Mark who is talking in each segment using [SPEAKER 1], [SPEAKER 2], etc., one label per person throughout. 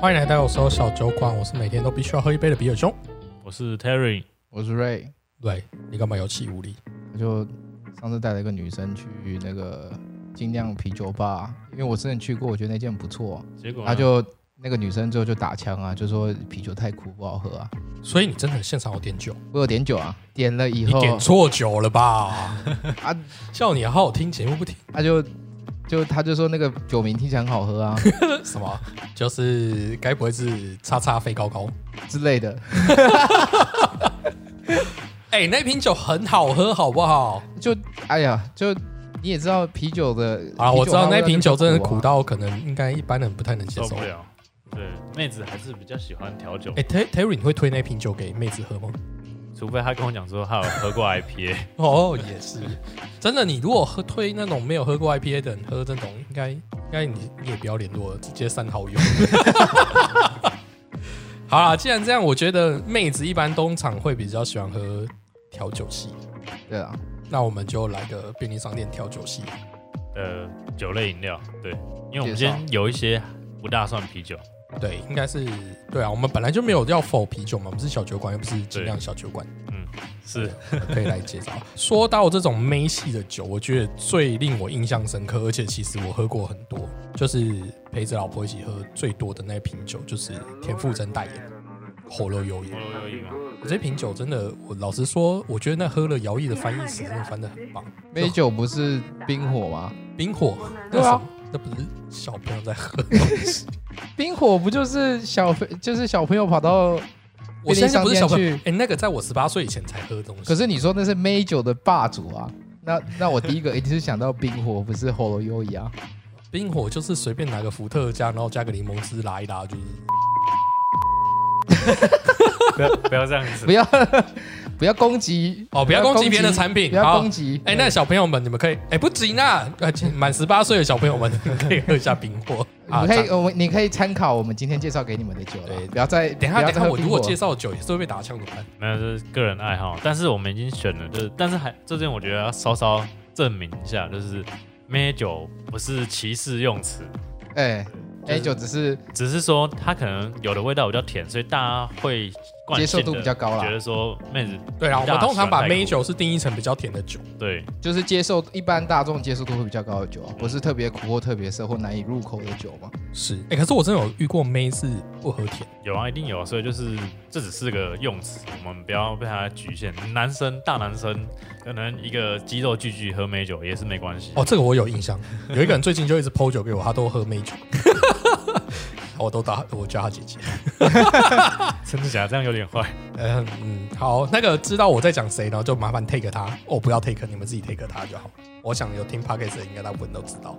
[SPEAKER 1] 欢迎来到有时候小酒馆，我是每天都必须要喝一杯的比尔熊。
[SPEAKER 2] 我是 Terry，
[SPEAKER 3] 我是 Ray，
[SPEAKER 1] 对你干嘛有气无力？
[SPEAKER 3] 我就上次带了一个女生去那个精酿啤酒吧，因为我之前去过，我觉得那间不错，
[SPEAKER 2] 结果呢
[SPEAKER 3] 她就那个女生最后就打枪啊，就说啤酒太苦不好喝啊，
[SPEAKER 1] 所以你真的很现场有点酒，
[SPEAKER 3] 我有点酒啊，点了以
[SPEAKER 1] 你
[SPEAKER 3] 后
[SPEAKER 1] 点错酒了吧？
[SPEAKER 3] 啊，
[SPEAKER 1] 叫你好好听节目不听
[SPEAKER 3] 她就就她就说那个酒名听起来很好喝 啊
[SPEAKER 1] 什么？就是该不会是叉叉飞高高？
[SPEAKER 3] 之类的，
[SPEAKER 1] 哎、那瓶酒很好喝，好不好？
[SPEAKER 3] 就哎呀，就你也知道啤酒的
[SPEAKER 1] 啊，
[SPEAKER 3] 啤
[SPEAKER 1] 我知道
[SPEAKER 3] 它味
[SPEAKER 1] 那
[SPEAKER 3] 道
[SPEAKER 1] 瓶
[SPEAKER 3] 就
[SPEAKER 1] 酒真的
[SPEAKER 3] 苦啊
[SPEAKER 1] 苦到可能应该一般人不太能接
[SPEAKER 2] 受
[SPEAKER 1] 受
[SPEAKER 2] 不。了。对，妹子还是比较喜欢调酒，
[SPEAKER 1] 哎、t e r r y 你会推那瓶酒给妹子喝吗？
[SPEAKER 2] 除非她跟我讲说她有喝过 IPA，
[SPEAKER 1] 哦，也是，真的。你如果喝推那种没有喝过 IPA 的人喝这种，应该应该你你也不要联络了，直接删好友。 好啦，既然这样，我觉得妹子一般通常会比较喜欢喝调酒系，
[SPEAKER 3] 对啊，
[SPEAKER 1] 那我们就来个便利商店调酒系。
[SPEAKER 2] 呃，酒类饮料。对，因为我们
[SPEAKER 3] 介
[SPEAKER 2] 今
[SPEAKER 3] 绍
[SPEAKER 2] 天有一些不大算啤酒，
[SPEAKER 1] 对，应该是对啊，我们本来就没有要否啤酒嘛，我们是小酒馆，又不是精酿小酒馆，
[SPEAKER 2] 是
[SPEAKER 1] 可以来介绍。说到这种妹系的酒，我觉得最令我印象深刻，而且其实我喝过很多，就是陪着老婆一起喝最多的那瓶酒，就是田馥甄代言火了油盐
[SPEAKER 2] 菠。萝油饮嘛。
[SPEAKER 1] 这瓶酒真的，我老实说，我觉得那喝了姚毅的翻译词真的翻得很棒。
[SPEAKER 3] 美酒不是冰火吗？
[SPEAKER 1] 冰火，那
[SPEAKER 3] 对啊
[SPEAKER 1] 什么？那不是小朋友在 喝？
[SPEAKER 3] 冰火不就是小朋就是小朋友跑到
[SPEAKER 1] 我现在不是小朋友
[SPEAKER 3] 去，
[SPEAKER 1] 哎、那个在我十八岁以前才喝的东西。
[SPEAKER 3] 可是你说那是 May 酒的霸主啊，那那我第一个一定是想到冰火，不是喉咙优一啊。
[SPEAKER 1] 冰火就是随便拿个伏特加，然后加个柠檬汁拉一拉，就是
[SPEAKER 2] 不要 不要这样子
[SPEAKER 3] 不，要 不要攻击
[SPEAKER 1] 哦不要攻击别人的产品
[SPEAKER 3] 不要
[SPEAKER 1] 好
[SPEAKER 3] 攻击。
[SPEAKER 1] 哎、那小朋友们，你们可以，哎、不急啦，呃，满十八岁的小朋友们， 你们可以喝一下冰火啊
[SPEAKER 3] 你可
[SPEAKER 1] 这
[SPEAKER 3] 以
[SPEAKER 1] 样
[SPEAKER 3] 我们你可以参考我们今天介绍给你们的酒了
[SPEAKER 1] 对，
[SPEAKER 3] 不要再
[SPEAKER 1] 等一下，等
[SPEAKER 3] 不要
[SPEAKER 1] 一
[SPEAKER 3] 再
[SPEAKER 1] 下，
[SPEAKER 3] 喝
[SPEAKER 1] 我
[SPEAKER 3] 冰
[SPEAKER 1] 如
[SPEAKER 3] 火
[SPEAKER 1] 果介绍酒也是会被打枪怎么办？
[SPEAKER 2] 没有这是个人爱好，但是我们已经选了，就是但是还这边我觉得要稍稍证明一下，就是妹酒不是歧视用词，
[SPEAKER 3] 哎
[SPEAKER 2] 就是
[SPEAKER 3] A 酒只是
[SPEAKER 2] 只是说它可能有的味道比较甜，所以大家会惯性
[SPEAKER 3] 接受
[SPEAKER 2] 的
[SPEAKER 3] 度比较高啦
[SPEAKER 2] 觉得说妹子
[SPEAKER 1] 对啦，我们
[SPEAKER 2] 大
[SPEAKER 1] 通常把
[SPEAKER 2] 酸带
[SPEAKER 1] May
[SPEAKER 2] 苦
[SPEAKER 1] 酒是定义成比较甜的酒，
[SPEAKER 2] 对
[SPEAKER 3] 就是接受一般大众接受度会比较高的酒啊，不是特别苦或特别涩或难以入口的酒嘛。
[SPEAKER 1] 是。哎、可是我真的有遇过 May 是不喝甜，
[SPEAKER 2] 有啊，一定有啊，所以就是这只是个用词，我们不要被它局限。男生大男生可能一个肌肉聚聚喝美酒也是没关 系。
[SPEAKER 1] 哦，这个我有印象，有一个人最近就一直剖酒给我，他都喝 May 酒， 我都打，我叫他姐姐。
[SPEAKER 2] 真的假的？这样有点坏。
[SPEAKER 1] 嗯嗯，好，那个知道我在讲谁呢，就麻烦 take 他，哦，不要 take，你们自己 take 他就好。我想有听 p o d c a s t 应该大部分都知道。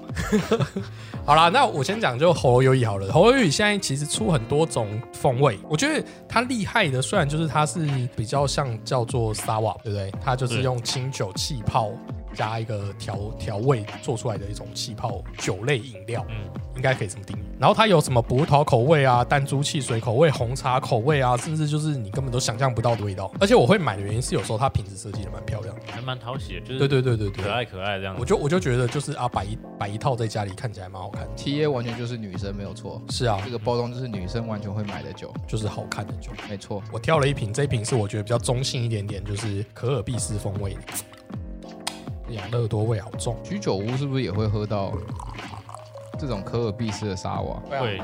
[SPEAKER 1] 好啦，那我先讲就喉咙优饮好了。喉咙优饮现在其实出很多种风味，我觉得它厉害的虽然就是它是比较像叫做沙瓦，对不对？它就是
[SPEAKER 2] 对
[SPEAKER 1] 用清酒气泡加一个调调味做出来的一种气泡酒类饮料。
[SPEAKER 2] 嗯，
[SPEAKER 1] 应该可以这么定义。然后它有什么葡萄口味啊、弹珠汽水口味、红茶口味啊，甚至就是你根本都想象不到的味道。而且我会买的原因是，有时候它瓶子设计的蛮漂亮的。
[SPEAKER 2] 嗯还蛮讨喜的，就是
[SPEAKER 1] 对对对对
[SPEAKER 2] 可
[SPEAKER 1] 对，
[SPEAKER 2] 爱可爱这样
[SPEAKER 1] 我
[SPEAKER 2] 子。
[SPEAKER 1] 就我就觉得就是啊，摆一摆一套在家里看起来蛮好看的。
[SPEAKER 3] T A 完全就是女生没有错，
[SPEAKER 1] 是啊
[SPEAKER 3] 这，个包装就是女生完全会买的酒，
[SPEAKER 1] 就是啊好看的酒。
[SPEAKER 3] 没错。
[SPEAKER 1] 我挑了一瓶，这一瓶是我觉得比较中性一点点，就是可尔必斯风味 的。养乐多味好重，
[SPEAKER 3] 居酒屋是不是也会喝到这种可尔必斯的沙瓦？
[SPEAKER 1] 啊
[SPEAKER 2] 会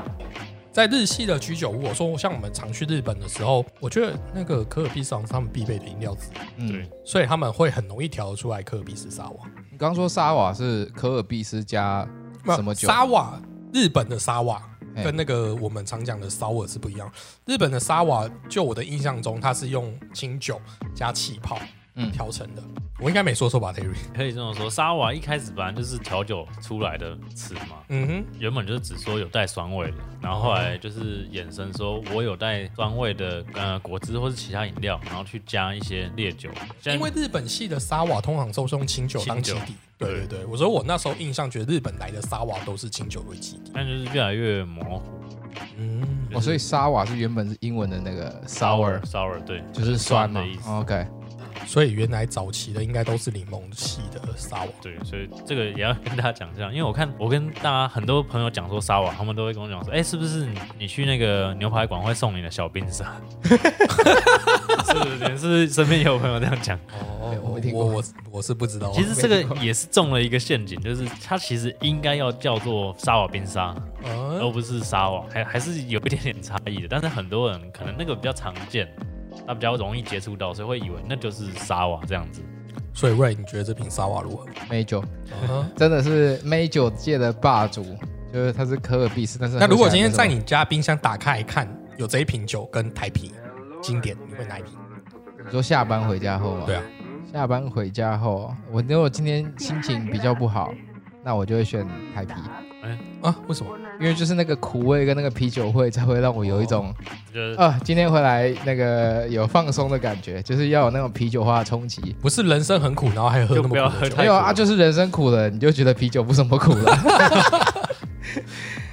[SPEAKER 1] 在日系的居酒屋，我说像我们常去日本的时候，我觉得那个可尔必斯好像是他们必备的饮料之一
[SPEAKER 3] 嗯
[SPEAKER 2] 对
[SPEAKER 1] 所以他们会很容易调得出来科比斯沙瓦。
[SPEAKER 3] 你刚说沙瓦是可尔必斯加什么酒？
[SPEAKER 1] 啊沙瓦，日本的沙瓦
[SPEAKER 3] 哎
[SPEAKER 1] 跟那个我们常讲的烧尔是不一样。日本的沙瓦，就我的印象中，它是用清酒加气泡
[SPEAKER 3] 嗯
[SPEAKER 1] 调成的。我应该没说错吧，Terry？
[SPEAKER 2] 可以这么说。沙瓦一开始本来就是调酒出来的词嘛，
[SPEAKER 1] 嗯哼，
[SPEAKER 2] 原本就是只说有带酸味的，然后后来就是衍生说我有带酸味的呃果汁或是其他饮料，然后去加一些烈酒。现在
[SPEAKER 1] 因为日本系的沙瓦通常都是用清酒当基
[SPEAKER 2] 清
[SPEAKER 1] 底。对对对，我说我那时候印象觉得日本来的沙瓦都是清酒为基底。
[SPEAKER 2] 但就是越来越模糊。
[SPEAKER 1] 嗯，
[SPEAKER 3] 哦，所以沙瓦是原本是英文的那个 sour，
[SPEAKER 2] sour 对，
[SPEAKER 3] 就是酸嘛哦
[SPEAKER 2] 的意。思。
[SPEAKER 3] OK，
[SPEAKER 1] 所以原来早期的应该都是柠檬系的沙瓦，
[SPEAKER 2] 对，所以这个也要跟大家讲一下，因为我看我跟大家很多朋友讲说沙瓦，他们都会跟我讲说，哎、是不是你你去那个牛排馆会送你的小冰沙？ 是不是？是不是身边也有朋友这样讲？
[SPEAKER 1] 哦
[SPEAKER 3] 我没听
[SPEAKER 1] 我
[SPEAKER 3] 过
[SPEAKER 1] 我是我是不知道啊，
[SPEAKER 2] 其实这个也是中了一个陷阱，就是它其实应该要叫做沙瓦冰沙，而
[SPEAKER 1] 嗯，
[SPEAKER 2] 不是沙瓦，还还是有一点点差异的。但是很多人可能那个比较常见，他比较容易接触到，所以会以为那就是沙瓦这样子。
[SPEAKER 1] 所以 Ray，你觉得这瓶沙瓦如何？
[SPEAKER 3] 美酒
[SPEAKER 1] 嗯
[SPEAKER 3] 真的是美酒界的霸主，就是它是可尔必斯，但是
[SPEAKER 1] 那如果
[SPEAKER 3] 喝起
[SPEAKER 1] 今天
[SPEAKER 3] 来没什么
[SPEAKER 1] 在你家冰箱打开来看，有这一瓶酒跟台啤经典，你会哪一瓶？
[SPEAKER 3] 你说下班回家后嘛，
[SPEAKER 1] 对啊，
[SPEAKER 3] 下班回家后，啊我如果今天心情比较不好，那我就会选台啤，
[SPEAKER 1] 啊？为什么？
[SPEAKER 3] 因为就是那个苦味跟那个啤酒味才会让我有一种、
[SPEAKER 2] 就是
[SPEAKER 3] 啊，今天回来那个有放松的感觉，就是要有那种啤酒花的冲击。
[SPEAKER 1] 不是人生很苦，然后还喝那么
[SPEAKER 2] 就不要
[SPEAKER 1] 苦的酒
[SPEAKER 2] 喝太
[SPEAKER 3] 没有啊，就是人生苦了，你就觉得啤酒不怎么 苦了。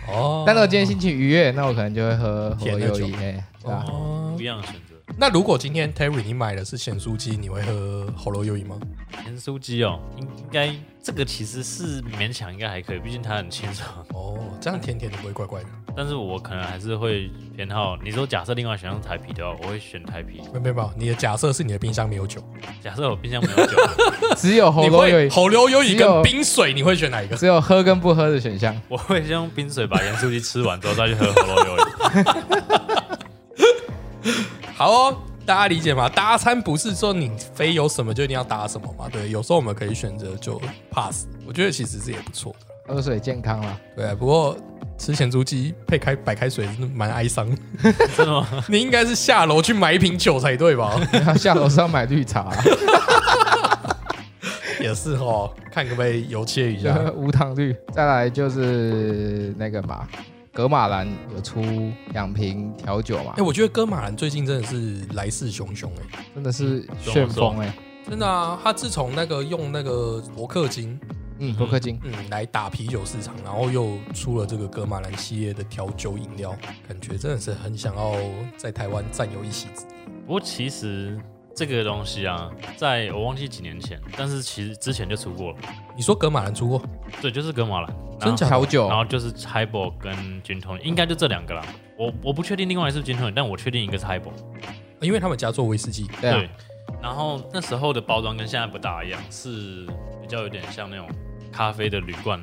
[SPEAKER 1] 哦
[SPEAKER 3] 但是我今天心情愉悦，那我可能就会喝火
[SPEAKER 1] 甜的
[SPEAKER 3] 友
[SPEAKER 1] 酒
[SPEAKER 3] 谊，哎，对啊，
[SPEAKER 1] 哦
[SPEAKER 2] 不一样的选择。
[SPEAKER 1] 那如果今天 Terry 你买的是咸酥鸡，你会喝喉咙优饮吗？
[SPEAKER 2] 盐酥鸡哦，应应该这个其实是勉强应该还可以，毕竟它很清爽。
[SPEAKER 1] 哦，这样甜甜的不会怪怪的，
[SPEAKER 2] 但是我可能还是会偏好，你说假设另外选项是台啤的话，我会选台啤。
[SPEAKER 1] 没有没有没有，你的假设是你的冰箱没有酒，
[SPEAKER 2] 假设我冰箱没 有酒，
[SPEAKER 3] 啊只有喉
[SPEAKER 1] 你
[SPEAKER 3] 咙有
[SPEAKER 1] 会，喉咙优饮
[SPEAKER 3] 只
[SPEAKER 1] 跟
[SPEAKER 3] 有
[SPEAKER 1] 冰水，你会选哪一个？
[SPEAKER 3] 只有喝跟不喝的选项。
[SPEAKER 2] 我会先用冰水把盐酥鸡吃完之后再去喝喉咙油。
[SPEAKER 1] 好哦，大家理解吗？搭餐不是说你非有什么就一定要搭什么嘛，对，有时候我们可以选择就 pass，我觉得其实是也不错的，
[SPEAKER 3] 喝水健康啦，
[SPEAKER 1] 对。啊不过吃咸猪鸡配开白开水真的蛮哀 伤，
[SPEAKER 2] 真的吗？
[SPEAKER 1] 你应该是下楼去买一瓶酒才对吧？
[SPEAKER 3] 然后下楼是要买绿茶、
[SPEAKER 1] 也是哦，看可不可以油切一
[SPEAKER 3] 就
[SPEAKER 1] 下。
[SPEAKER 3] 喝无糖绿。再来就是那个嘛，格马兰有出两瓶调酒嘛
[SPEAKER 1] 哎、，我觉得哥马兰最近真的是来势汹汹哎，
[SPEAKER 3] 真的是旋风哎、
[SPEAKER 1] 真的啊，他自从那个用那个伯克金
[SPEAKER 3] 嗯，伯克金。
[SPEAKER 1] 嗯来打啤酒市场，然后又出了这个格马兰系列的调酒饮料，感觉真的是很想要在台湾占有一席之地。
[SPEAKER 2] 不过其实这个东西啊，在我忘记几年前，但是其实之前就出过了。
[SPEAKER 1] 你说格马兰出过？
[SPEAKER 2] 对，就是格马兰，然
[SPEAKER 1] 真
[SPEAKER 2] 后
[SPEAKER 1] 假哦
[SPEAKER 3] 调酒
[SPEAKER 1] 啊
[SPEAKER 2] 然，后就是 Highball 跟 Gin Tonic，应该就这两个啦。我我不确定另外一个是 Gin Tonic，但我确定一个是 Highball。
[SPEAKER 1] 因为他们家做威士忌，
[SPEAKER 3] 对啊，
[SPEAKER 2] 对，然后那时候的包装跟现在不大一样，是比较有点像那种咖啡的铝罐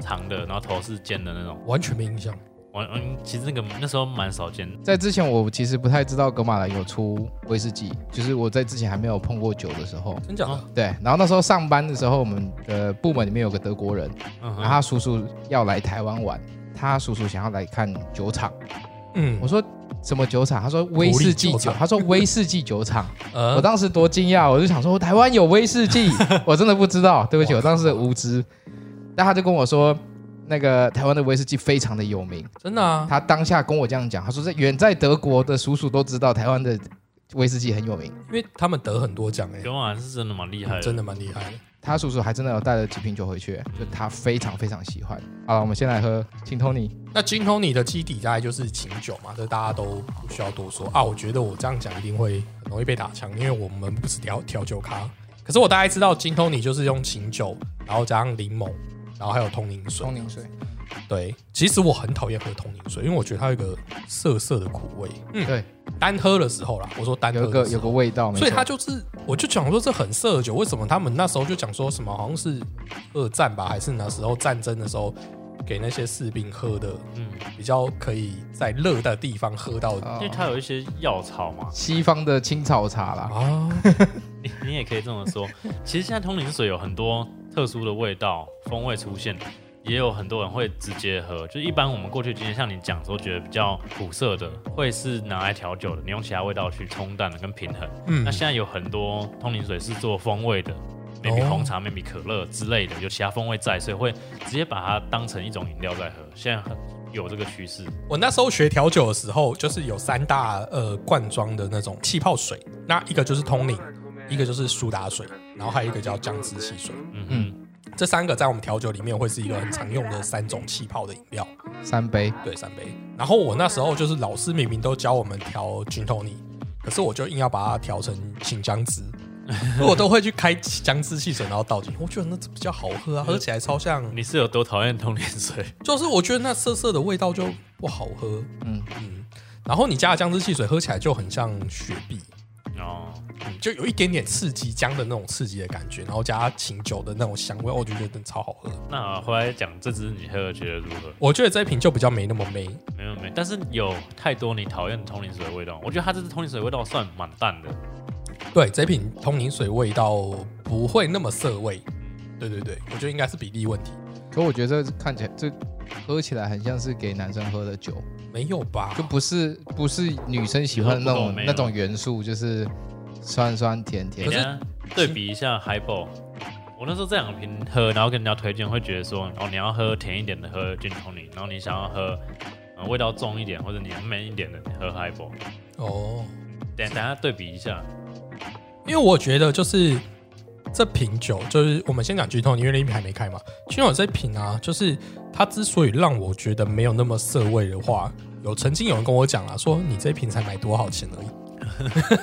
[SPEAKER 2] 长的，然后头是尖的那种。
[SPEAKER 1] 完全没印象。
[SPEAKER 2] 我嗯，其实那个那时候蛮少见，
[SPEAKER 3] 在之前我其实不太知道格马兰有出威士忌，就是我在之前还没有碰过酒的时候。
[SPEAKER 1] 真假的？
[SPEAKER 3] 对，然后那时候上班的时候，我们的部门里面有个德国人，
[SPEAKER 2] 嗯
[SPEAKER 3] 然后
[SPEAKER 2] 哼，
[SPEAKER 3] 他叔叔要来台湾玩，他叔叔想要来看酒厂。
[SPEAKER 1] 嗯
[SPEAKER 3] 我，说什么酒厂？他说威士忌
[SPEAKER 1] 独立酒
[SPEAKER 3] 酒，
[SPEAKER 1] 厂
[SPEAKER 3] 他说威士忌 酒厂。我
[SPEAKER 1] 呃，
[SPEAKER 3] 当时多惊讶，我就想说台湾有威 士忌，我真的不知道，对不起，我当时无知。但他就跟我说，那个台湾的威士忌非常的有名。
[SPEAKER 1] 真的啊，
[SPEAKER 3] 他当下跟我这样讲，他说在远在德国的叔叔都知道台湾的威士忌很有名。
[SPEAKER 1] 因为他们得很多奖哎、
[SPEAKER 2] 格马兰是真的蛮厉害的，
[SPEAKER 1] 真的蛮厉害的。
[SPEAKER 3] 他叔叔还真的有带了几瓶酒回去，就他非常非常喜欢。好了，我们先来喝，请 Tony。
[SPEAKER 1] 那金通你的基底大概就是琴酒嘛，这大家都不需要多说啊。我觉得我这样讲一定会很容易被打枪，因为我们不是调调酒咖。可是我大概知道金通你就是用琴酒，然后加上柠檬，然后还有通灵水。
[SPEAKER 3] 通灵水，
[SPEAKER 1] 对，其实我很讨厌喝通灵水，因为我觉得它有一个涩涩的苦味。嗯，
[SPEAKER 3] 对，
[SPEAKER 1] 单喝的时候啦，我说单喝
[SPEAKER 3] 有一
[SPEAKER 1] 的
[SPEAKER 3] 个
[SPEAKER 1] 时
[SPEAKER 3] 有个
[SPEAKER 1] 候。
[SPEAKER 3] 味道，没
[SPEAKER 1] 所以它
[SPEAKER 3] 错。
[SPEAKER 1] 就是，我就讲说这很涩酒，为什么他们那时候就讲说什么好像是二战吧，还是哪时候战争的时候给那些士兵喝的
[SPEAKER 2] 嗯，
[SPEAKER 1] 比较可以在热的地方喝到
[SPEAKER 3] 啊
[SPEAKER 1] 的
[SPEAKER 2] 因为它有一些药草嘛，
[SPEAKER 3] 哦西方的青草茶啦，
[SPEAKER 1] 啊，
[SPEAKER 2] 你你也可以这么说。其实现在通灵水有很多特殊的味道、风味出现，也有很多人会直接喝。就一般我们过去经验，像你讲说觉得比较苦涩的，会是拿来调酒的，你用其他味道去冲淡跟平衡。
[SPEAKER 1] 嗯
[SPEAKER 2] 那，现在有很多通灵水是做风味的，maybe
[SPEAKER 1] 哦
[SPEAKER 2] 红茶、maybe 可乐之类的，有其他风味在，所以会直接把它当成一种饮料在喝。现在很有这个趋势，
[SPEAKER 1] 我那时候学调酒的时候，就是有三大呃罐装的那种气泡水，那一个就是通灵，一个就是苏打水，然后还有一个叫姜汁汽水，
[SPEAKER 2] 嗯哼，
[SPEAKER 1] 这三个在我们调酒里面会是一个很常用的三种气泡的饮料，
[SPEAKER 3] 三杯，
[SPEAKER 1] 对，三杯。然后我那时候就是老师明明都教我们调 gin tonic，可是我就硬要把它调成清姜汁，我都会去开姜汁汽水，然后倒进去，我觉得那比较好喝啊，喝起来超像，
[SPEAKER 2] 你是有多讨厌通灵 水？
[SPEAKER 1] 就是我觉得那涩涩的味道就不好喝，
[SPEAKER 3] 嗯
[SPEAKER 1] 嗯，然后你加了姜汁汽水，喝起来就很像雪碧，
[SPEAKER 2] 哦，
[SPEAKER 1] 嗯就有一点点刺激姜的那种刺激的感觉，然后加琴酒的那种香味，我就觉得真的超好喝。
[SPEAKER 2] 那好回来讲这支你喝了觉得如何？
[SPEAKER 1] 我觉得这一瓶就比较没那么媚，
[SPEAKER 2] 没有没有，但是有太多你讨厌通灵水的味道。我觉得它这支通灵水的味道算蛮淡的，
[SPEAKER 1] 对，这瓶通灵水味道不会那么涩味，对对对，我觉得应该是比例问题，
[SPEAKER 3] 可我觉得这看起来这喝起来很像是给男生喝的酒，
[SPEAKER 1] 没有吧？
[SPEAKER 3] 就不是不是女生喜欢的那
[SPEAKER 2] 你说不
[SPEAKER 3] 种
[SPEAKER 2] 够美吗
[SPEAKER 3] 那种元素，就是酸酸甜
[SPEAKER 2] 你
[SPEAKER 3] 甜
[SPEAKER 1] 可
[SPEAKER 2] 等
[SPEAKER 1] 是。
[SPEAKER 2] 下对比一下 Highball，我那时候这两瓶喝，然后跟人家推荐，会觉得说，哦，你要喝甜一点的喝金通灵，然后你想要喝、呃味道重一点或者你要 man 一点的你喝 Highball。
[SPEAKER 1] 哦，
[SPEAKER 2] 等等下对比一下，
[SPEAKER 1] 因为我觉得就是这瓶酒，就是我们先讲 G 痛，因为那一瓶还没开嘛。G 痛这瓶啊，就是它之所以让我觉得没有那么涩味的话，有曾经有人跟我讲啦，啊说你这瓶才买多少钱而已。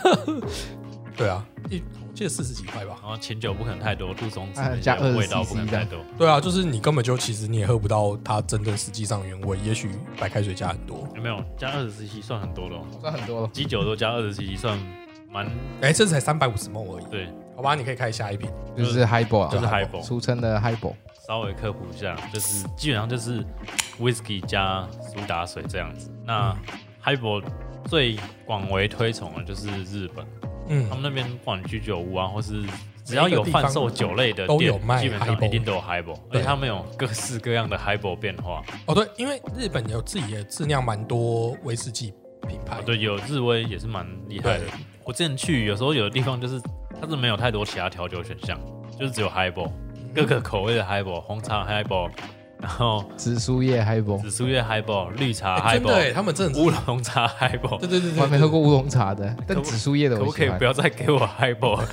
[SPEAKER 1] 对啊，一我记得四十几块吧。
[SPEAKER 2] 然后琴酒不可能太多，杜松子
[SPEAKER 3] 哎
[SPEAKER 2] 那些
[SPEAKER 3] 加20
[SPEAKER 2] 味道不可能
[SPEAKER 3] CC 的
[SPEAKER 2] 太多。
[SPEAKER 1] 对啊，就是你根本就其实你也喝不到它真正实际上的原味，也许白开水加很多。
[SPEAKER 2] 有没有加二十 CC 算很多了哦？
[SPEAKER 3] 算很多了，
[SPEAKER 2] 基酒都加二十 CC 算蛮
[SPEAKER 1] 哎、这才三百五十梦而已。
[SPEAKER 2] 对，
[SPEAKER 1] 好吧，你可以开下一瓶。
[SPEAKER 3] 就是 highball，
[SPEAKER 2] 就是
[SPEAKER 3] 啊
[SPEAKER 2] Highball。
[SPEAKER 3] 俗称的 highball。
[SPEAKER 2] 稍微科普一下，就是基本上就是 whisky 加苏打水这样子。那 highball 最广为推崇的就是日本，
[SPEAKER 1] 嗯
[SPEAKER 2] 他，们那边不管居酒屋啊，或是只要有
[SPEAKER 1] 每一个地方
[SPEAKER 2] 贩售酒类的
[SPEAKER 1] 都
[SPEAKER 2] 店
[SPEAKER 1] 有卖
[SPEAKER 2] 基本上
[SPEAKER 1] highball
[SPEAKER 2] 一定都有 highball，而
[SPEAKER 1] 对
[SPEAKER 2] 且他们有各式各样的 highball 变化。
[SPEAKER 1] 哦对，因为日本有自己的质量蛮多威士忌品牌。
[SPEAKER 2] 哦对，有日威也是蛮厉害的
[SPEAKER 1] 对。哎
[SPEAKER 2] 我之前去，有时候有的地方就是它是没有太多其他调酒选项，就是只有 highball，各个口味的 highball，红茶 highball，然后
[SPEAKER 3] 紫苏叶 highball，
[SPEAKER 2] 紫苏叶 highball、绿茶
[SPEAKER 1] 哎真的耶，
[SPEAKER 2] highball、
[SPEAKER 1] 他们真的是
[SPEAKER 2] 乌龙茶 highball
[SPEAKER 1] 对。对对对，
[SPEAKER 3] 我还没
[SPEAKER 1] 对
[SPEAKER 3] 喝过乌龙茶的，但
[SPEAKER 2] 不
[SPEAKER 3] 紫苏叶的
[SPEAKER 2] 可不
[SPEAKER 3] 我
[SPEAKER 2] 可
[SPEAKER 3] 喜
[SPEAKER 2] 以
[SPEAKER 3] 欢
[SPEAKER 2] 不。要再给我 highball？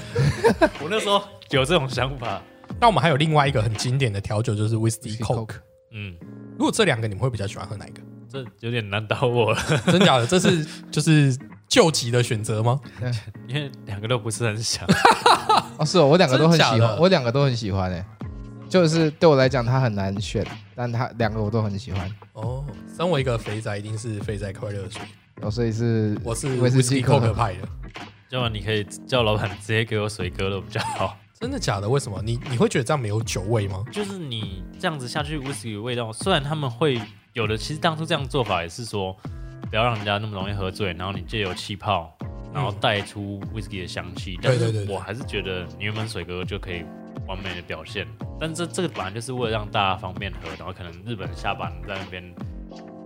[SPEAKER 2] 我 那时候有这种想法，
[SPEAKER 1] 那我们还有另外一个很经典的调酒，就是 Whisky
[SPEAKER 3] Whisky
[SPEAKER 1] Coke。
[SPEAKER 2] 嗯，
[SPEAKER 1] 如果这两个你们会比较喜欢喝哪一个？
[SPEAKER 2] 这有点难倒我了，
[SPEAKER 1] 真假的？这是就是救急的选择 吗？
[SPEAKER 2] 因为两个都不是很想。
[SPEAKER 3] 哦，是哦，我两个都很喜
[SPEAKER 1] 真的假
[SPEAKER 3] 欢，
[SPEAKER 1] 的
[SPEAKER 3] 我两个都很喜欢诶。就是对我来讲，它很难选，但它两个我都很喜欢。
[SPEAKER 1] 哦，身为一个肥宅，一定是肥宅快乐水。
[SPEAKER 3] 哦，所以是
[SPEAKER 1] 我是
[SPEAKER 3] 威士
[SPEAKER 1] Whisky
[SPEAKER 3] 忌
[SPEAKER 1] Coke
[SPEAKER 3] Coke
[SPEAKER 1] 派的。
[SPEAKER 2] 要不然你可以叫老板直接给我水割了比较好。
[SPEAKER 1] 真的假的？为什么？你你会觉得这样没有酒味吗？
[SPEAKER 2] 就是你这样子下去，whisky 的味道，虽然他们会有的，其实当初这样做法也是说，不要让人家那么容易喝醉，然后你借由气泡，然后带出 whisky 的香气。但
[SPEAKER 1] 嗯对对
[SPEAKER 2] 是
[SPEAKER 1] 对
[SPEAKER 2] 我还是觉得你原本水哥就可以完美的表现，但这这个本来就是为了让大家方便喝，然后可能日本下班在那边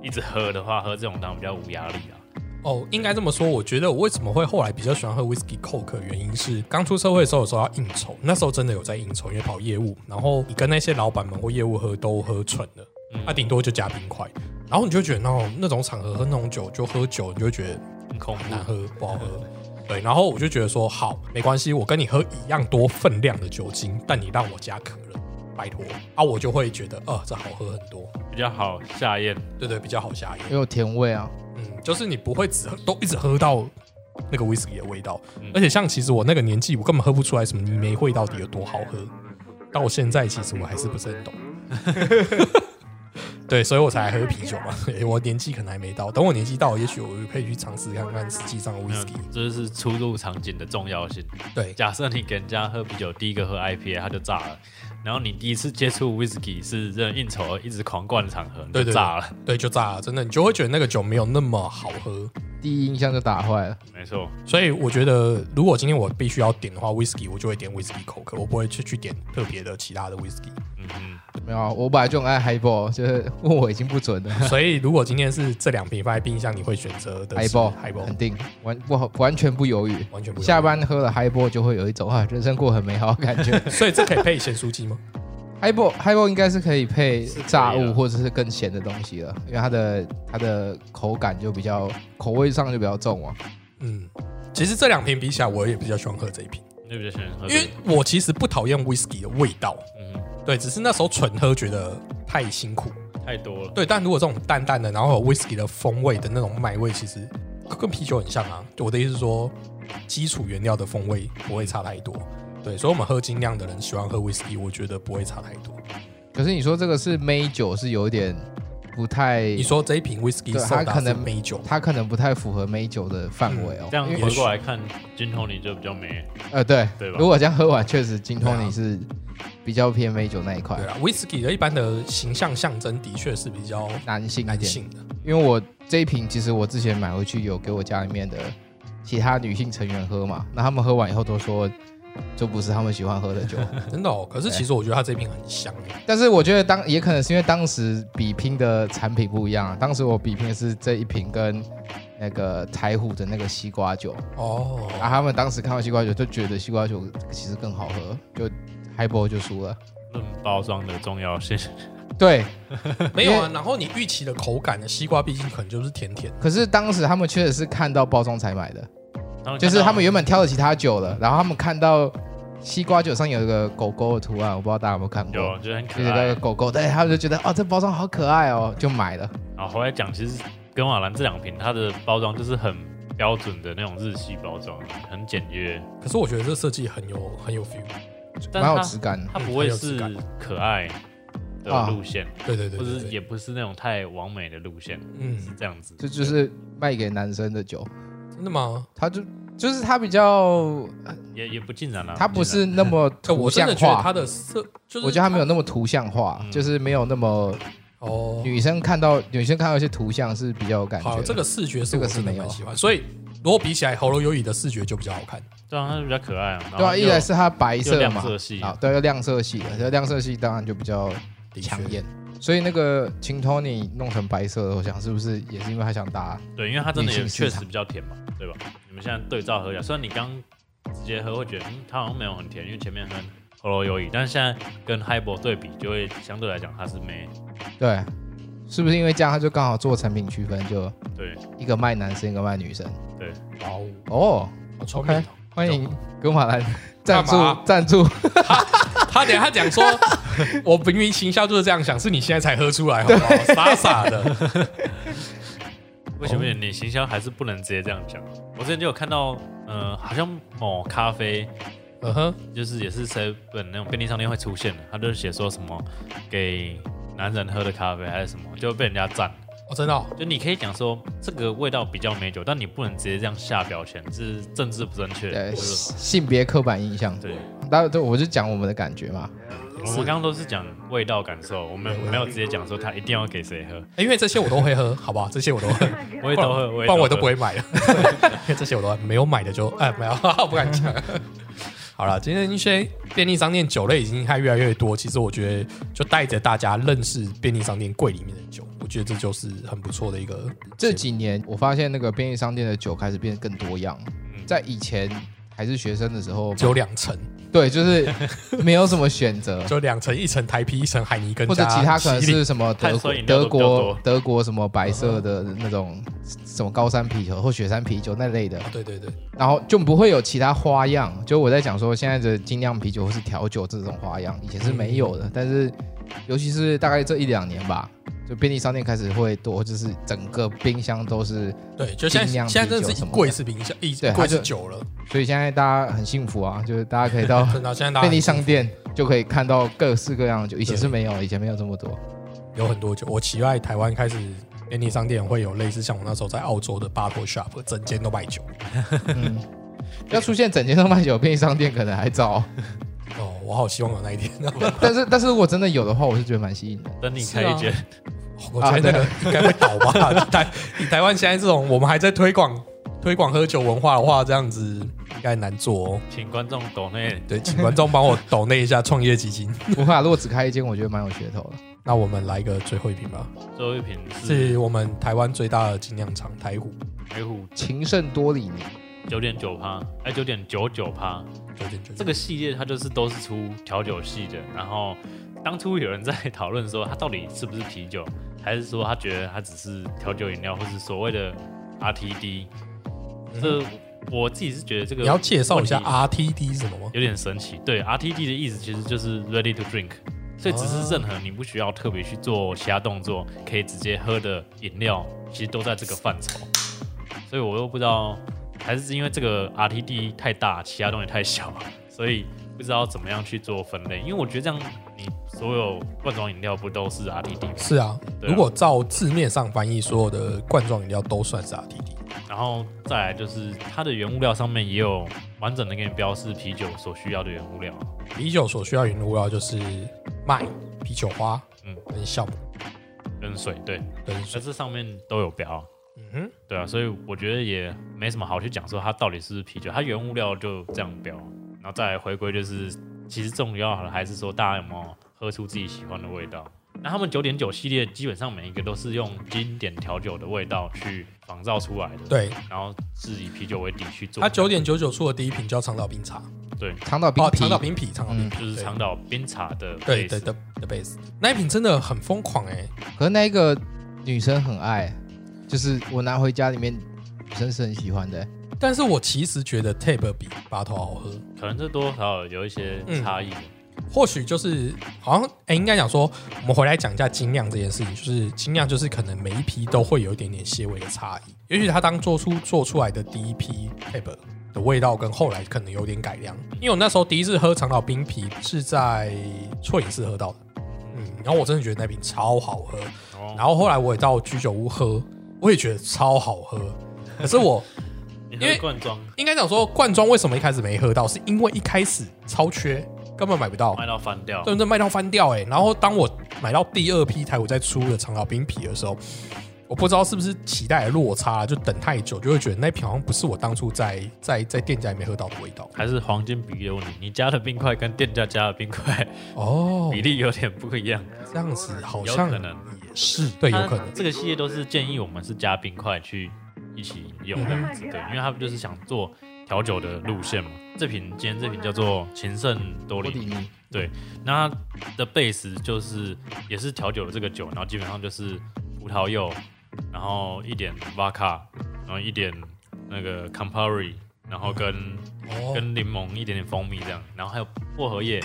[SPEAKER 2] 一直喝的话，喝这种当然比较无压力啊。
[SPEAKER 1] 哦，应该这么说。我觉得我为什么会后来比较喜欢喝 Whisky Coke，的原因是刚出社会的时候，有时候要应酬，那时候真的有在应酬，因为跑业务，然后你跟那些老板们或业务喝都喝蠢了。
[SPEAKER 2] 嗯
[SPEAKER 1] 啊，顶多就加冰块。然后你就觉得那种那种场合喝那种酒，就喝酒，你就觉得
[SPEAKER 2] 很恐
[SPEAKER 1] 很
[SPEAKER 2] 怖
[SPEAKER 1] 难。喝，不好喝。 对，然后我就觉得说，好，没关系，我跟你喝一样多分量的酒精，但你让我加可乐，拜托啊，我就会觉得，呃，这好喝很多。
[SPEAKER 2] 比较好下咽。
[SPEAKER 1] 对对，比较好下
[SPEAKER 3] 也
[SPEAKER 1] 咽。
[SPEAKER 3] 有甜味啊。
[SPEAKER 1] 嗯，就是你不会只喝都一直喝到那个威士忌的味道，
[SPEAKER 2] 嗯
[SPEAKER 1] 而且像其实我那个年纪，我根本喝不出来什么泥煤会到底有多好喝。到现在其实我还是不是 很懂，对，所以我才喝啤酒嘛。 对我年纪可能还没到，等我年纪到，也许我可以去尝试看看实际上的威士忌。
[SPEAKER 2] 嗯，这就是出入场景的重要性。
[SPEAKER 1] 对，
[SPEAKER 2] 假设你给人家喝啤酒，第一个喝 IPA 他就炸了，然后你第一次接触 whisky 是这种应酬一直狂灌的场合，你
[SPEAKER 1] 对
[SPEAKER 2] 就
[SPEAKER 1] 对
[SPEAKER 2] 炸了。
[SPEAKER 1] 对，就炸了，真的，你就会觉得那个酒没有那么好喝。
[SPEAKER 3] 第一印象就打坏了。
[SPEAKER 2] 没错，
[SPEAKER 1] 所以我觉得，如果今天我必须要点的话，威士忌我就会点威士忌口渴，我不会去去点特别的其他的威士忌。
[SPEAKER 2] 嗯哼，
[SPEAKER 3] 没有啊，我本来就很爱 highball，就是问我已经不准了。
[SPEAKER 1] 所以，如果今天是这两瓶放在冰箱，你会选择的是
[SPEAKER 3] highball
[SPEAKER 1] highball，
[SPEAKER 3] 肯定完不好，完全不犹豫。
[SPEAKER 1] 完全不一样
[SPEAKER 3] 下。班喝了 highball 就会有一种啊，人生过很美好的感觉。
[SPEAKER 1] 所以这可以配咸酥鸡吗？
[SPEAKER 3] highball highball 应该是可以配
[SPEAKER 2] 是可以啊
[SPEAKER 3] 炸物或者是更咸的东西了，因为它的它的口感就比较口味上就比较重啊。
[SPEAKER 1] 嗯，其实这两瓶比起来，我也比较喜欢喝这一瓶，
[SPEAKER 2] 那比较喜欢喝
[SPEAKER 1] 因为
[SPEAKER 2] 这个。
[SPEAKER 1] 我其实不讨厌 whisky 的味道，
[SPEAKER 2] 嗯哼，
[SPEAKER 1] 对，只是那时候纯喝觉得太辛苦，
[SPEAKER 2] 太多了。
[SPEAKER 1] 对。但如果这种淡淡的，然后有 whisky 的风味的那种麦味，其实跟啤酒很像啊。我的意思是说，基础原料的风味不会差太多。对，所以我们喝精酿的人喜欢喝威士忌，我觉得不会差太多。
[SPEAKER 3] 可是你说这个是 May 酒是有点不太
[SPEAKER 1] 你，说这一瓶威士忌
[SPEAKER 3] 对
[SPEAKER 1] 受
[SPEAKER 3] 它
[SPEAKER 1] 打
[SPEAKER 3] 可
[SPEAKER 1] 是
[SPEAKER 3] 能
[SPEAKER 1] 美酒，
[SPEAKER 3] 它可能不太符合 May 酒的范围哦。
[SPEAKER 2] 嗯这样
[SPEAKER 3] 因为
[SPEAKER 2] 回过来看金 i 你就比较没
[SPEAKER 3] 呃对，
[SPEAKER 2] 对吧
[SPEAKER 3] 如果这样喝完，确实精通
[SPEAKER 1] 对啊
[SPEAKER 3] 你是比较偏 May 酒那一块
[SPEAKER 1] 对，啊，威士忌的一般的形象象征的确是比较
[SPEAKER 3] 男性一
[SPEAKER 1] 男
[SPEAKER 3] 点。
[SPEAKER 1] 性的。
[SPEAKER 3] 因为我这一瓶其实我之前买回去有给我家里面的其他女性成员喝嘛，那他们喝完以后都说这不是他们喜欢喝的酒，
[SPEAKER 1] 真的哦，可是其实我觉得它这瓶很香欸耶，
[SPEAKER 3] 但是我觉得当也可能是因为当时比拼的产品不一样啊，当时我比拼的是这一瓶跟那个台虎的那个西瓜酒，
[SPEAKER 1] 哦，
[SPEAKER 3] 啊，他们当时看到西瓜酒就觉得西瓜酒其实更好喝，就 highball 就输了。
[SPEAKER 2] 论包装的重要性。
[SPEAKER 3] 对，
[SPEAKER 1] 没有啊。然后你预期的口感呢？西瓜毕竟可能就是甜甜的，
[SPEAKER 3] 可是当时他们确实是看到包装才买的，就
[SPEAKER 2] 嗯看
[SPEAKER 3] 是
[SPEAKER 2] 到
[SPEAKER 3] 他们原本挑了其他酒了，然后他们看到西瓜酒上有一个狗狗的图案，我不知道大家有没有看过，
[SPEAKER 2] 有觉得很可
[SPEAKER 3] 就是那
[SPEAKER 2] 爱
[SPEAKER 3] 个。狗狗，对，他们就觉得哦，这包装好可爱哦，就买了。
[SPEAKER 2] 然后回来讲，其实跟瓦兰这两瓶它的包装就是很标准的那种日系包装，很简约，
[SPEAKER 1] 可是我觉得这设计很有很有 feel。
[SPEAKER 2] 但
[SPEAKER 3] 蛮有
[SPEAKER 2] 它
[SPEAKER 3] 质感的。
[SPEAKER 2] 它
[SPEAKER 1] 嗯
[SPEAKER 2] 不
[SPEAKER 1] 很
[SPEAKER 2] 会
[SPEAKER 1] 有质
[SPEAKER 2] 是
[SPEAKER 1] 感
[SPEAKER 2] 可爱的
[SPEAKER 3] 啊
[SPEAKER 2] 路线，
[SPEAKER 1] 对对对
[SPEAKER 2] 或者
[SPEAKER 1] 对
[SPEAKER 2] 是
[SPEAKER 1] 对，
[SPEAKER 2] 也不是那种太完美的路线，
[SPEAKER 1] 嗯，
[SPEAKER 2] 这样子。
[SPEAKER 3] 这就是卖给男生的酒，
[SPEAKER 1] 真的吗？
[SPEAKER 3] 它就就是它比较，
[SPEAKER 2] 也也不尽然啦。
[SPEAKER 3] 它不是 那么
[SPEAKER 1] 哎，我
[SPEAKER 3] 图
[SPEAKER 1] 真
[SPEAKER 3] 像
[SPEAKER 1] 的觉得
[SPEAKER 3] 化
[SPEAKER 1] 它，的色，就是
[SPEAKER 3] 我觉得它没有那么图像化，
[SPEAKER 2] 嗯
[SPEAKER 3] 就是没有那么
[SPEAKER 1] 哦，
[SPEAKER 3] 女生看到女生看到一些图像是比较有感觉
[SPEAKER 1] 好，
[SPEAKER 3] 的。
[SPEAKER 1] 这个视觉是
[SPEAKER 3] 这个
[SPEAKER 1] 我
[SPEAKER 3] 是
[SPEAKER 1] 真的
[SPEAKER 3] 没有
[SPEAKER 1] 蛮喜欢，所以如果比起来，喉咙有雨的视觉就比较好看。
[SPEAKER 2] 对啊，它比较可爱啊。然后
[SPEAKER 3] 对啊，一
[SPEAKER 2] 又
[SPEAKER 3] 来是它白
[SPEAKER 2] 又
[SPEAKER 3] 色
[SPEAKER 2] 亮
[SPEAKER 3] 嘛，
[SPEAKER 2] 色系，
[SPEAKER 3] 啊，对，亮色系的，这亮色系当然就比较
[SPEAKER 1] 的确
[SPEAKER 3] 抢眼。所以那个琴托你弄成白色的，我想是不是也是因为他想打？
[SPEAKER 2] 对，因为它真的也
[SPEAKER 3] 女性市
[SPEAKER 2] 确
[SPEAKER 3] 场
[SPEAKER 2] 实比较甜嘛，对吧？你们现在对照喝一下，虽然你刚直接喝会觉得，嗯，它好像没有很甜，因为前面跟喉咙有饮，但是现在跟 Highball 对比，就会相对来讲它是没
[SPEAKER 3] 对，是不是因为这样他就刚好做产品区分，就
[SPEAKER 2] 对
[SPEAKER 3] 一个卖男生，一个卖女生？
[SPEAKER 2] 对。
[SPEAKER 1] 哇哦，
[SPEAKER 3] 哦，
[SPEAKER 1] 好聪明哦！
[SPEAKER 3] 欢迎跟马兰赞助
[SPEAKER 1] 干嘛
[SPEAKER 3] 赞助，
[SPEAKER 1] 他等一下讲说， 我明明行销就是这样想，是你现在才喝出来，好不好？傻傻的，
[SPEAKER 2] 为
[SPEAKER 3] 哦
[SPEAKER 2] 什么你行销还是不能直接这样讲？我之前就有看到，呃，好像某咖啡
[SPEAKER 1] 嗯哼，
[SPEAKER 2] 就是也是 seven 那种便利商店会出现的，他就是写说什么给男人喝的咖啡还是什么，就会被人家赞。
[SPEAKER 1] 哦，真的哦，
[SPEAKER 2] 就你可以讲说这个味道比较美酒，但你不能直接这样下标签，这是政治不正确。
[SPEAKER 3] 对
[SPEAKER 2] 就是说
[SPEAKER 3] 性别刻板印象。
[SPEAKER 2] 对，
[SPEAKER 3] 当然，对我就讲我们的感觉嘛。
[SPEAKER 2] 我们刚刚都是讲味道感受，我们没有直接讲说他一定要给谁喝，
[SPEAKER 1] 欸因为这些我都会喝，好不好？这些我都 喝，
[SPEAKER 2] 我也都会，我
[SPEAKER 1] 不
[SPEAKER 2] 也
[SPEAKER 1] 然我都
[SPEAKER 2] 喝
[SPEAKER 1] 不。会买了。 因为这些我都没有买的就哎没有， 不敢讲。好了，今天一些便利商店酒类已经还越来越多，其实我觉得就带着大家认识便利商店柜里面的酒，我觉得这就是很不错的一个
[SPEAKER 3] 这几年我发现那个便利商店的酒开始变得更多样。
[SPEAKER 2] 嗯
[SPEAKER 3] 在以前还是学生的时候，
[SPEAKER 1] 只有两层，，
[SPEAKER 3] 对，就是没有什么选 择
[SPEAKER 1] 就两层，一层台啤，一层海尼根，
[SPEAKER 3] 或者
[SPEAKER 1] 加
[SPEAKER 3] 其他可能
[SPEAKER 1] 麒麟
[SPEAKER 3] 是什么德
[SPEAKER 2] 碳
[SPEAKER 3] 国
[SPEAKER 2] 酸饮料
[SPEAKER 3] 德
[SPEAKER 2] 都比较
[SPEAKER 3] 国
[SPEAKER 2] 多嗯
[SPEAKER 3] 德国什么白色的那种什么高山啤酒或雪山啤酒那类的
[SPEAKER 1] 哦，对对对，
[SPEAKER 3] 然后就不会有其他花样。就我在讲说，现在的精酿啤酒或是调酒这种花样，以前是没有
[SPEAKER 1] 嗯
[SPEAKER 3] 的。但是，尤其是大概这一两年吧，就便利商店开始会多，就是整个冰箱都是。
[SPEAKER 1] 对，就现在
[SPEAKER 3] 尽量
[SPEAKER 1] 现在真的
[SPEAKER 3] 啤
[SPEAKER 1] 是一
[SPEAKER 3] 酒什么
[SPEAKER 1] 柜
[SPEAKER 3] 的
[SPEAKER 1] 是冰箱，一
[SPEAKER 3] 对它
[SPEAKER 1] 柜
[SPEAKER 3] 就是
[SPEAKER 1] 酒了，
[SPEAKER 3] 所以现在大家很幸福啊，就是大家可 以到
[SPEAKER 1] 真的现在大家
[SPEAKER 3] 便利商
[SPEAKER 1] 很
[SPEAKER 3] 店就可以看到各式各样的酒，以前
[SPEAKER 1] 对
[SPEAKER 3] 是没有，以前没有这 么多。
[SPEAKER 1] 有很多酒，我期待台湾开始便利商店会有类似像我那时候在澳洲的 bottle shop，整间都卖酒。
[SPEAKER 3] 嗯，要出现整间都卖酒的便利商店可能 还早，
[SPEAKER 1] 哦，我好希望有那一天。
[SPEAKER 3] 但是但是如果真的有的话，我是觉得蛮吸引的。
[SPEAKER 2] 等你开一间，
[SPEAKER 1] 我觉得那
[SPEAKER 3] 啊
[SPEAKER 1] 个应该会倒吧。台以台湾现在这种，我们还在推广推广喝酒文化的话，这样子应该难做哦。
[SPEAKER 2] 请观众懂内
[SPEAKER 1] 对，请观众帮我抖那一下创业基金。
[SPEAKER 3] 无法啊如果只开一间，我觉得蛮有噱头的。
[SPEAKER 1] 那我们来一个最后一瓶吧，
[SPEAKER 2] 最后一瓶是
[SPEAKER 1] 是我们台湾最大的精酿厂台虎
[SPEAKER 2] 黑虎
[SPEAKER 3] 情圣多里尼，
[SPEAKER 2] 九点九趴，哎，九点九九趴。
[SPEAKER 1] 九点九。
[SPEAKER 2] 这个系列它就是都是出调酒系的，然后当初有人在讨论说它到底是不是啤酒，还是说他觉得它只是调酒饮料，或是所谓的 RTD。这我自己是觉得这个
[SPEAKER 1] 嗯你要介绍一下
[SPEAKER 2] 问题
[SPEAKER 1] RTD 是什么吗？
[SPEAKER 2] 有点神奇。对，RTD 的意思其实就是 ready to drink，所以只是任何你不需要特别去做其他动作，可以直接喝的饮料，其实都在这个范畴。所所以我又不知道，还是因为这个 RTD 太大，其他东西太小，所以不知道怎么样去做分类。因为我觉得这样，你所有罐装饮料不都是 RTD 吗？
[SPEAKER 1] 是啊，
[SPEAKER 2] 对啊
[SPEAKER 1] 如果照字面上翻译，所有的罐装饮料都算是 RTD。
[SPEAKER 2] 然后再来就是它的原物料上面也有完整的给你标示啤酒所需要的原物料。
[SPEAKER 1] 啤酒所需要原物料就是麦、啤酒花，嗯
[SPEAKER 2] 嗯，
[SPEAKER 1] 跟酵母
[SPEAKER 2] 跟水，对，
[SPEAKER 1] 跟
[SPEAKER 2] 在
[SPEAKER 1] 水。
[SPEAKER 2] 这上面都有标，
[SPEAKER 1] 嗯哼，
[SPEAKER 2] 对啊，所以我觉得也没什么好去讲说它到底是不是啤酒，它原物料就这样标，然后再来回归就是，其实重要的还是说大家有没有喝出自己喜欢的味道。那他们九点九系列基本上每一个都是用经典调酒的味道去仿造出来的，
[SPEAKER 1] 对，
[SPEAKER 2] 然后是以啤酒为底去做。
[SPEAKER 1] 它九点九九出的第一瓶叫长岛冰茶，
[SPEAKER 2] 对，
[SPEAKER 3] 长岛冰
[SPEAKER 1] 哦，
[SPEAKER 3] 啤嗯
[SPEAKER 1] 长岛冰啤，长岛冰啤
[SPEAKER 2] 就是长岛冰茶的
[SPEAKER 1] 对
[SPEAKER 2] base
[SPEAKER 1] 对的的 base，那一瓶真的很疯狂哎、
[SPEAKER 3] 可是那一个女生很爱，就是我拿回家里面，女生是很喜欢的、
[SPEAKER 1] 但是我其实觉得 Tab 比八头好喝，
[SPEAKER 2] 可能这多多少少有一些差异。
[SPEAKER 1] 或许就是好像哎、应该讲说，我们回来讲一下精酿这件事情，就是精酿就是可能每一批都会有一点点些微的差异，也许它当做出做出来的第一批 Tab 的味道跟后来可能有点改良，因为我那时候第一次喝长岛冰啤是在错影寺喝到的，嗯，然后我真的觉得那瓶超好喝，
[SPEAKER 2] 哦，
[SPEAKER 1] 嗯然后后来我也到居酒屋喝，我也觉得超好喝，可是我。
[SPEAKER 2] 你
[SPEAKER 1] 因为
[SPEAKER 2] 喝罐装
[SPEAKER 1] 应该讲说罐装为什么一开始没喝到，是因为一开始超缺，根本买不到，
[SPEAKER 2] 卖到翻掉，
[SPEAKER 1] 真的卖到翻掉哎、欸。然后当我买到第二批台我在出的长岛冰啤的时候，我不知道是不是期待的落差，就等太久，就会觉得那瓶好像不是我当初在在在店家里面喝到的味道。
[SPEAKER 2] 还是黄金比例的问题。你加的冰块跟店家加的冰块
[SPEAKER 1] 哦
[SPEAKER 2] 比，例有点不一样，
[SPEAKER 1] 这样子好
[SPEAKER 2] 有
[SPEAKER 1] 像
[SPEAKER 2] 可能啊
[SPEAKER 1] 也是对，有可能
[SPEAKER 2] 它。呃这个系列都是建议我们是加冰块去一起饮用这样子，对，因为他们就是想做调酒的路线嘛。这瓶今天这瓶叫做情圣多
[SPEAKER 3] 我
[SPEAKER 2] 里
[SPEAKER 3] 顶
[SPEAKER 2] 尼，
[SPEAKER 3] 你，
[SPEAKER 2] 那它的 base 就是也是调酒的这个酒，然后基本上就是葡萄柚，然后一点 vodka，然后一点那个 campari，然后跟
[SPEAKER 1] 哦，
[SPEAKER 2] 跟柠檬一点点蜂蜜这样，然后还有薄荷叶，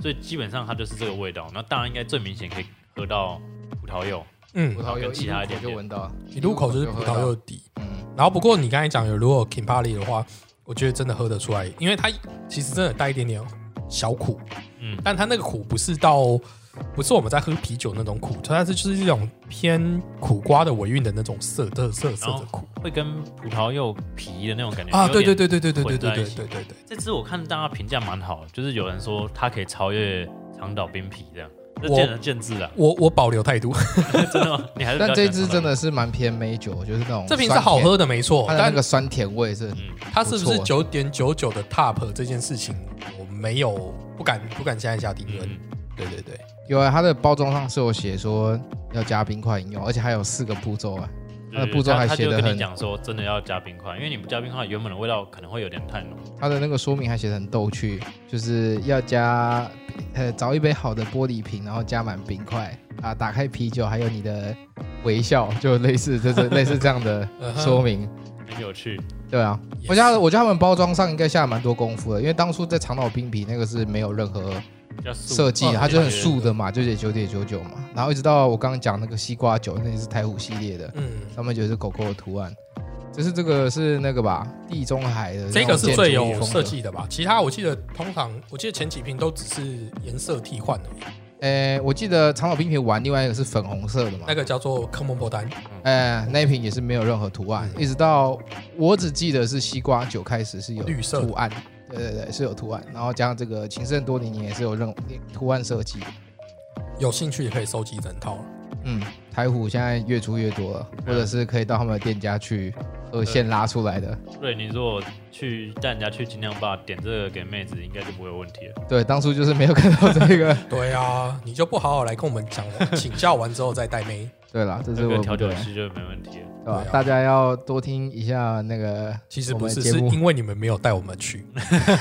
[SPEAKER 2] 所以基本上它就是这个味道。那当然应该最明显可以喝到葡萄柚，
[SPEAKER 1] 嗯
[SPEAKER 3] 葡，萄柚
[SPEAKER 2] 跟其他
[SPEAKER 3] 一
[SPEAKER 2] 一
[SPEAKER 3] 入口
[SPEAKER 2] 点
[SPEAKER 3] 就闻到，
[SPEAKER 1] 一入口就是葡萄柚
[SPEAKER 3] 柚，
[SPEAKER 1] 的底。
[SPEAKER 3] 嗯，
[SPEAKER 1] 然后不过你刚才讲有如果 Kimpali 的话，我觉得真的喝得出来，因为它其实真的带一点点小苦，
[SPEAKER 2] 嗯，
[SPEAKER 1] 但它那个苦不是到不是我们在喝啤酒那种苦，它是就是一种偏苦瓜的尾韵的那种涩涩涩涩的苦
[SPEAKER 2] 会跟葡萄柚皮的那种感觉
[SPEAKER 1] 啊！
[SPEAKER 2] 有
[SPEAKER 1] 对对
[SPEAKER 2] 点。
[SPEAKER 1] 对对对对对
[SPEAKER 2] 混
[SPEAKER 1] 对
[SPEAKER 2] 在
[SPEAKER 1] 对
[SPEAKER 2] 一起
[SPEAKER 1] 对对对，
[SPEAKER 2] 这支我看大家评价蛮好的，就是有人说它可以超越长岛冰皮这样，这
[SPEAKER 1] 我
[SPEAKER 2] 见仁见智啦，
[SPEAKER 1] 我我保留态度，
[SPEAKER 2] 真的吗？你还是
[SPEAKER 3] 但这支真
[SPEAKER 2] 的，
[SPEAKER 3] 的是蛮偏美酒，就是那种
[SPEAKER 1] 这瓶是
[SPEAKER 3] 酸
[SPEAKER 1] 好
[SPEAKER 3] 甜，
[SPEAKER 1] 喝的没错，
[SPEAKER 3] 它的那
[SPEAKER 1] 但
[SPEAKER 3] 个酸甜味是
[SPEAKER 2] 嗯，
[SPEAKER 1] 它是不是
[SPEAKER 3] 不
[SPEAKER 1] 九点九九的 top 这件事情，我没有不敢不敢现在下定论
[SPEAKER 2] 嗯，，
[SPEAKER 1] 对对对，
[SPEAKER 3] 有啊，它的包装上是有写说要加冰块饮用，而且还有四个步骤啊，它的
[SPEAKER 2] 就是
[SPEAKER 3] 步
[SPEAKER 2] 嗯
[SPEAKER 3] 骤
[SPEAKER 2] 他
[SPEAKER 3] 还
[SPEAKER 2] 他
[SPEAKER 3] 写
[SPEAKER 2] 就
[SPEAKER 3] 得
[SPEAKER 2] 跟
[SPEAKER 3] 很
[SPEAKER 2] 你讲说，真的要加冰块，因为你不加冰块，原本的味道可能会有点太浓。
[SPEAKER 3] 它的那个说明还写的很逗趣，就是要加呃找一杯好的玻璃瓶，然后加满冰块啊，打开啤酒，还有你的微笑，就类似 这这类似这样的
[SPEAKER 1] 嗯哼
[SPEAKER 3] 说明。
[SPEAKER 2] 很有趣，
[SPEAKER 3] 对啊，
[SPEAKER 1] 也
[SPEAKER 3] 我觉得
[SPEAKER 1] 是
[SPEAKER 3] 他我觉得他们包装上应该下了蛮多功夫的，因为当初在长岛冰啤那个是没有任何
[SPEAKER 2] 比较素
[SPEAKER 3] 设计的，
[SPEAKER 2] 哦
[SPEAKER 3] 它就很
[SPEAKER 2] 对
[SPEAKER 3] 素的嘛，就写九点九九嘛。然后一直到我刚刚讲那个西瓜酒，那也是台虎系列的，
[SPEAKER 1] 嗯。
[SPEAKER 3] 上面就是狗狗的图案。就是这个是那个吧，地中海的
[SPEAKER 1] 这个是最有设
[SPEAKER 3] 计。
[SPEAKER 1] 计的吧？其他我记得通常，我记得前几瓶都只是颜色替换而已。
[SPEAKER 3] 诶，呃我记得长岛冰皮玩另外一个是粉红色的嘛
[SPEAKER 1] 那，个叫做科蒙波丹，
[SPEAKER 3] 呃，那一瓶也是没有任何图案，
[SPEAKER 1] 嗯
[SPEAKER 3] 一直到我只记得是西瓜酒开始是有
[SPEAKER 1] 绿色的
[SPEAKER 3] 图案，对对对，是有图案，然后加上这个情圣多尼尼也是有任图案设计，
[SPEAKER 1] 有兴趣也可以收集整套了。
[SPEAKER 3] 嗯，台虎现在越出越多了，或
[SPEAKER 1] 嗯
[SPEAKER 3] 者是可以到他们的店家去喝现拉出来的，
[SPEAKER 2] 对，你如果去带人家去精酿吧点这个给妹子，应该就不会有问题了。
[SPEAKER 3] 对，当初就是没有看到 这个，
[SPEAKER 1] 对啊，你就不好好来跟我们讲，请教完之后再带 妹。
[SPEAKER 3] 对啦，这是
[SPEAKER 2] 这
[SPEAKER 3] 我
[SPEAKER 2] 个
[SPEAKER 3] 不
[SPEAKER 2] 调酒
[SPEAKER 3] 对
[SPEAKER 2] 师就没问题了。
[SPEAKER 3] 对吧
[SPEAKER 1] 对啊？
[SPEAKER 3] 大家要多听一下那个
[SPEAKER 1] 其实
[SPEAKER 3] 我
[SPEAKER 1] 不
[SPEAKER 3] 们
[SPEAKER 1] 是，
[SPEAKER 3] 节
[SPEAKER 1] 是
[SPEAKER 3] 目
[SPEAKER 1] 因为你们没有带我们去。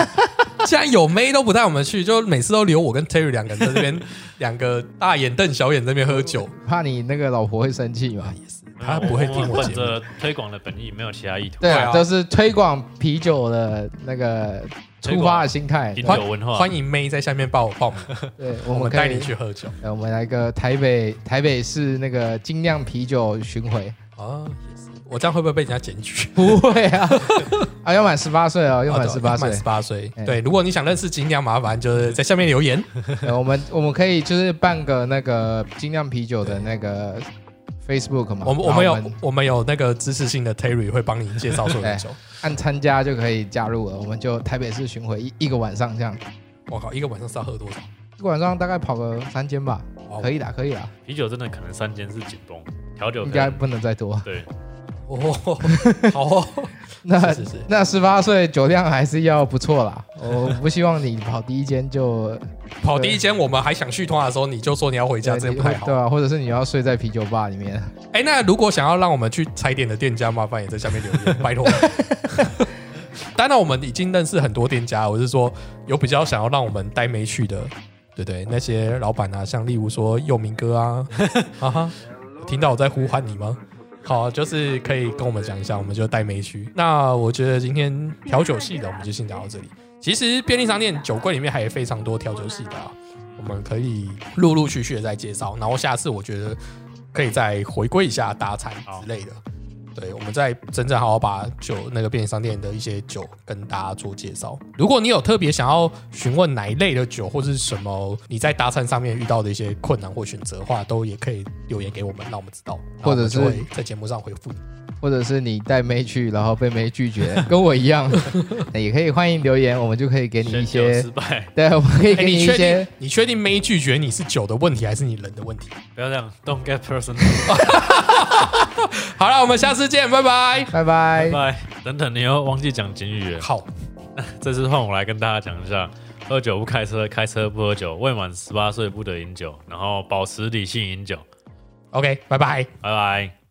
[SPEAKER 1] 既然有妹都不带我们去，就每次都留我跟 Terry 两个人在这 边，两个大眼瞪小眼在那边喝酒。
[SPEAKER 3] 怕你那个老婆会生气嘛
[SPEAKER 1] 啊，。也是，他不会听
[SPEAKER 2] 我
[SPEAKER 1] 我
[SPEAKER 2] 们
[SPEAKER 1] 节
[SPEAKER 2] 本
[SPEAKER 1] 目。
[SPEAKER 2] 着推广的本意，没有其他意图。
[SPEAKER 3] 对
[SPEAKER 1] 对啊
[SPEAKER 3] 啊，就是推广啤酒的那个出发的心态
[SPEAKER 2] 饮。
[SPEAKER 1] 广
[SPEAKER 2] 酒文化，
[SPEAKER 1] 欢迎妹在下面报报名，
[SPEAKER 3] 对，
[SPEAKER 1] 我
[SPEAKER 3] 我
[SPEAKER 1] 们
[SPEAKER 3] 们
[SPEAKER 1] 带
[SPEAKER 3] 可
[SPEAKER 1] 你
[SPEAKER 3] 以，
[SPEAKER 1] 去喝酒
[SPEAKER 3] 呃我们来个台北台北市那个精酿啤酒巡回，
[SPEAKER 1] 啊，也是。我这样会 不会被人家检举？
[SPEAKER 3] 不会啊， 啊要满十八岁哦，要
[SPEAKER 1] 哦
[SPEAKER 3] 满
[SPEAKER 1] 对
[SPEAKER 3] 十八
[SPEAKER 1] 满
[SPEAKER 3] 岁
[SPEAKER 1] 十。八岁
[SPEAKER 3] 哎。
[SPEAKER 1] 对，如果你想认识精酿，麻烦就是在下面留言。
[SPEAKER 3] 呃我们我们可以就是办个那个精酿啤酒的那个 Facebook 嘛，
[SPEAKER 1] 我们
[SPEAKER 3] 然
[SPEAKER 1] 我
[SPEAKER 3] 后
[SPEAKER 1] 们
[SPEAKER 3] 我
[SPEAKER 1] 有我们有那个知识性的 Terry 会帮你介绍所有的酒。
[SPEAKER 3] 按参加就可以加入了，我们就台北市巡回一一个晚上这样，
[SPEAKER 1] 我靠，一个晚上是要喝多少？
[SPEAKER 3] 一个晚上大概跑个三间吧，
[SPEAKER 1] 哇
[SPEAKER 3] 可以啦，可以啦，
[SPEAKER 2] 啤酒真的可能三间是紧绷，调酒可
[SPEAKER 3] 应
[SPEAKER 2] 能
[SPEAKER 3] 该不能再多。
[SPEAKER 2] 对，
[SPEAKER 1] 哦，好哦，
[SPEAKER 3] 那
[SPEAKER 1] 是是是
[SPEAKER 3] 那十八岁酒量还是要不错啦，我不希望你跑第一间 就
[SPEAKER 1] 跑第一间，我们还想续通话的时候，你就说你要回家，这
[SPEAKER 3] 对
[SPEAKER 1] 不
[SPEAKER 3] 你
[SPEAKER 1] 太
[SPEAKER 3] 会
[SPEAKER 1] 好
[SPEAKER 3] 对。啊，或者是你要睡在啤酒吧里面，
[SPEAKER 1] 哎，那如果想要让我们去踩点的店家，麻烦也在下面留言，拜托。当然，我们已经认识很多店家，我是说有比较想要让我们带没去的，对不对？那些老板啊，像例如说佑明哥啊，啊哈，听到我在呼唤你吗？好，就是可以跟我们讲一下，我们就带没去。那我觉得今天调酒系的，我们就先讲到这里。其实便利商店酒柜里面还有非常多调酒系的、啊，我们可以陆陆续续的再介绍。然后下次我觉得可以再回归一下打彩之类的。对，我们再真正好好把酒那个便利商店的一些酒跟大家做介绍。如果你有特别想要询问哪一类的酒，或是什么你在搭讪上面遇到的一些困难或选择的话，都也可以留言给我们，让我们知道，然后我们就
[SPEAKER 3] 或者是
[SPEAKER 1] 会在节目上回复你。
[SPEAKER 3] 或者是你带妹去，然后被妹拒绝， 跟我一样，也可以欢迎留言，我们就可以给你
[SPEAKER 2] 选
[SPEAKER 3] 一
[SPEAKER 2] 酒
[SPEAKER 3] 些
[SPEAKER 2] 失，败，
[SPEAKER 3] 对，我们可以
[SPEAKER 1] 哎，
[SPEAKER 3] 给你
[SPEAKER 1] 你
[SPEAKER 3] 一
[SPEAKER 1] 确
[SPEAKER 3] 些
[SPEAKER 1] 定你确定没拒绝你是酒的问题还是你人的问题？
[SPEAKER 2] 不要这样，Don't get person，
[SPEAKER 1] 好了，我们下次见，拜拜。
[SPEAKER 3] 拜拜
[SPEAKER 2] 拜。拜。等等，你又忘记讲警语了。
[SPEAKER 1] 好，
[SPEAKER 2] 这次换我来跟大家讲一下：喝酒不开车，开车不喝酒，未满十八岁不得饮酒，然后保持理性饮酒。
[SPEAKER 1] OK，拜拜。
[SPEAKER 2] 拜拜。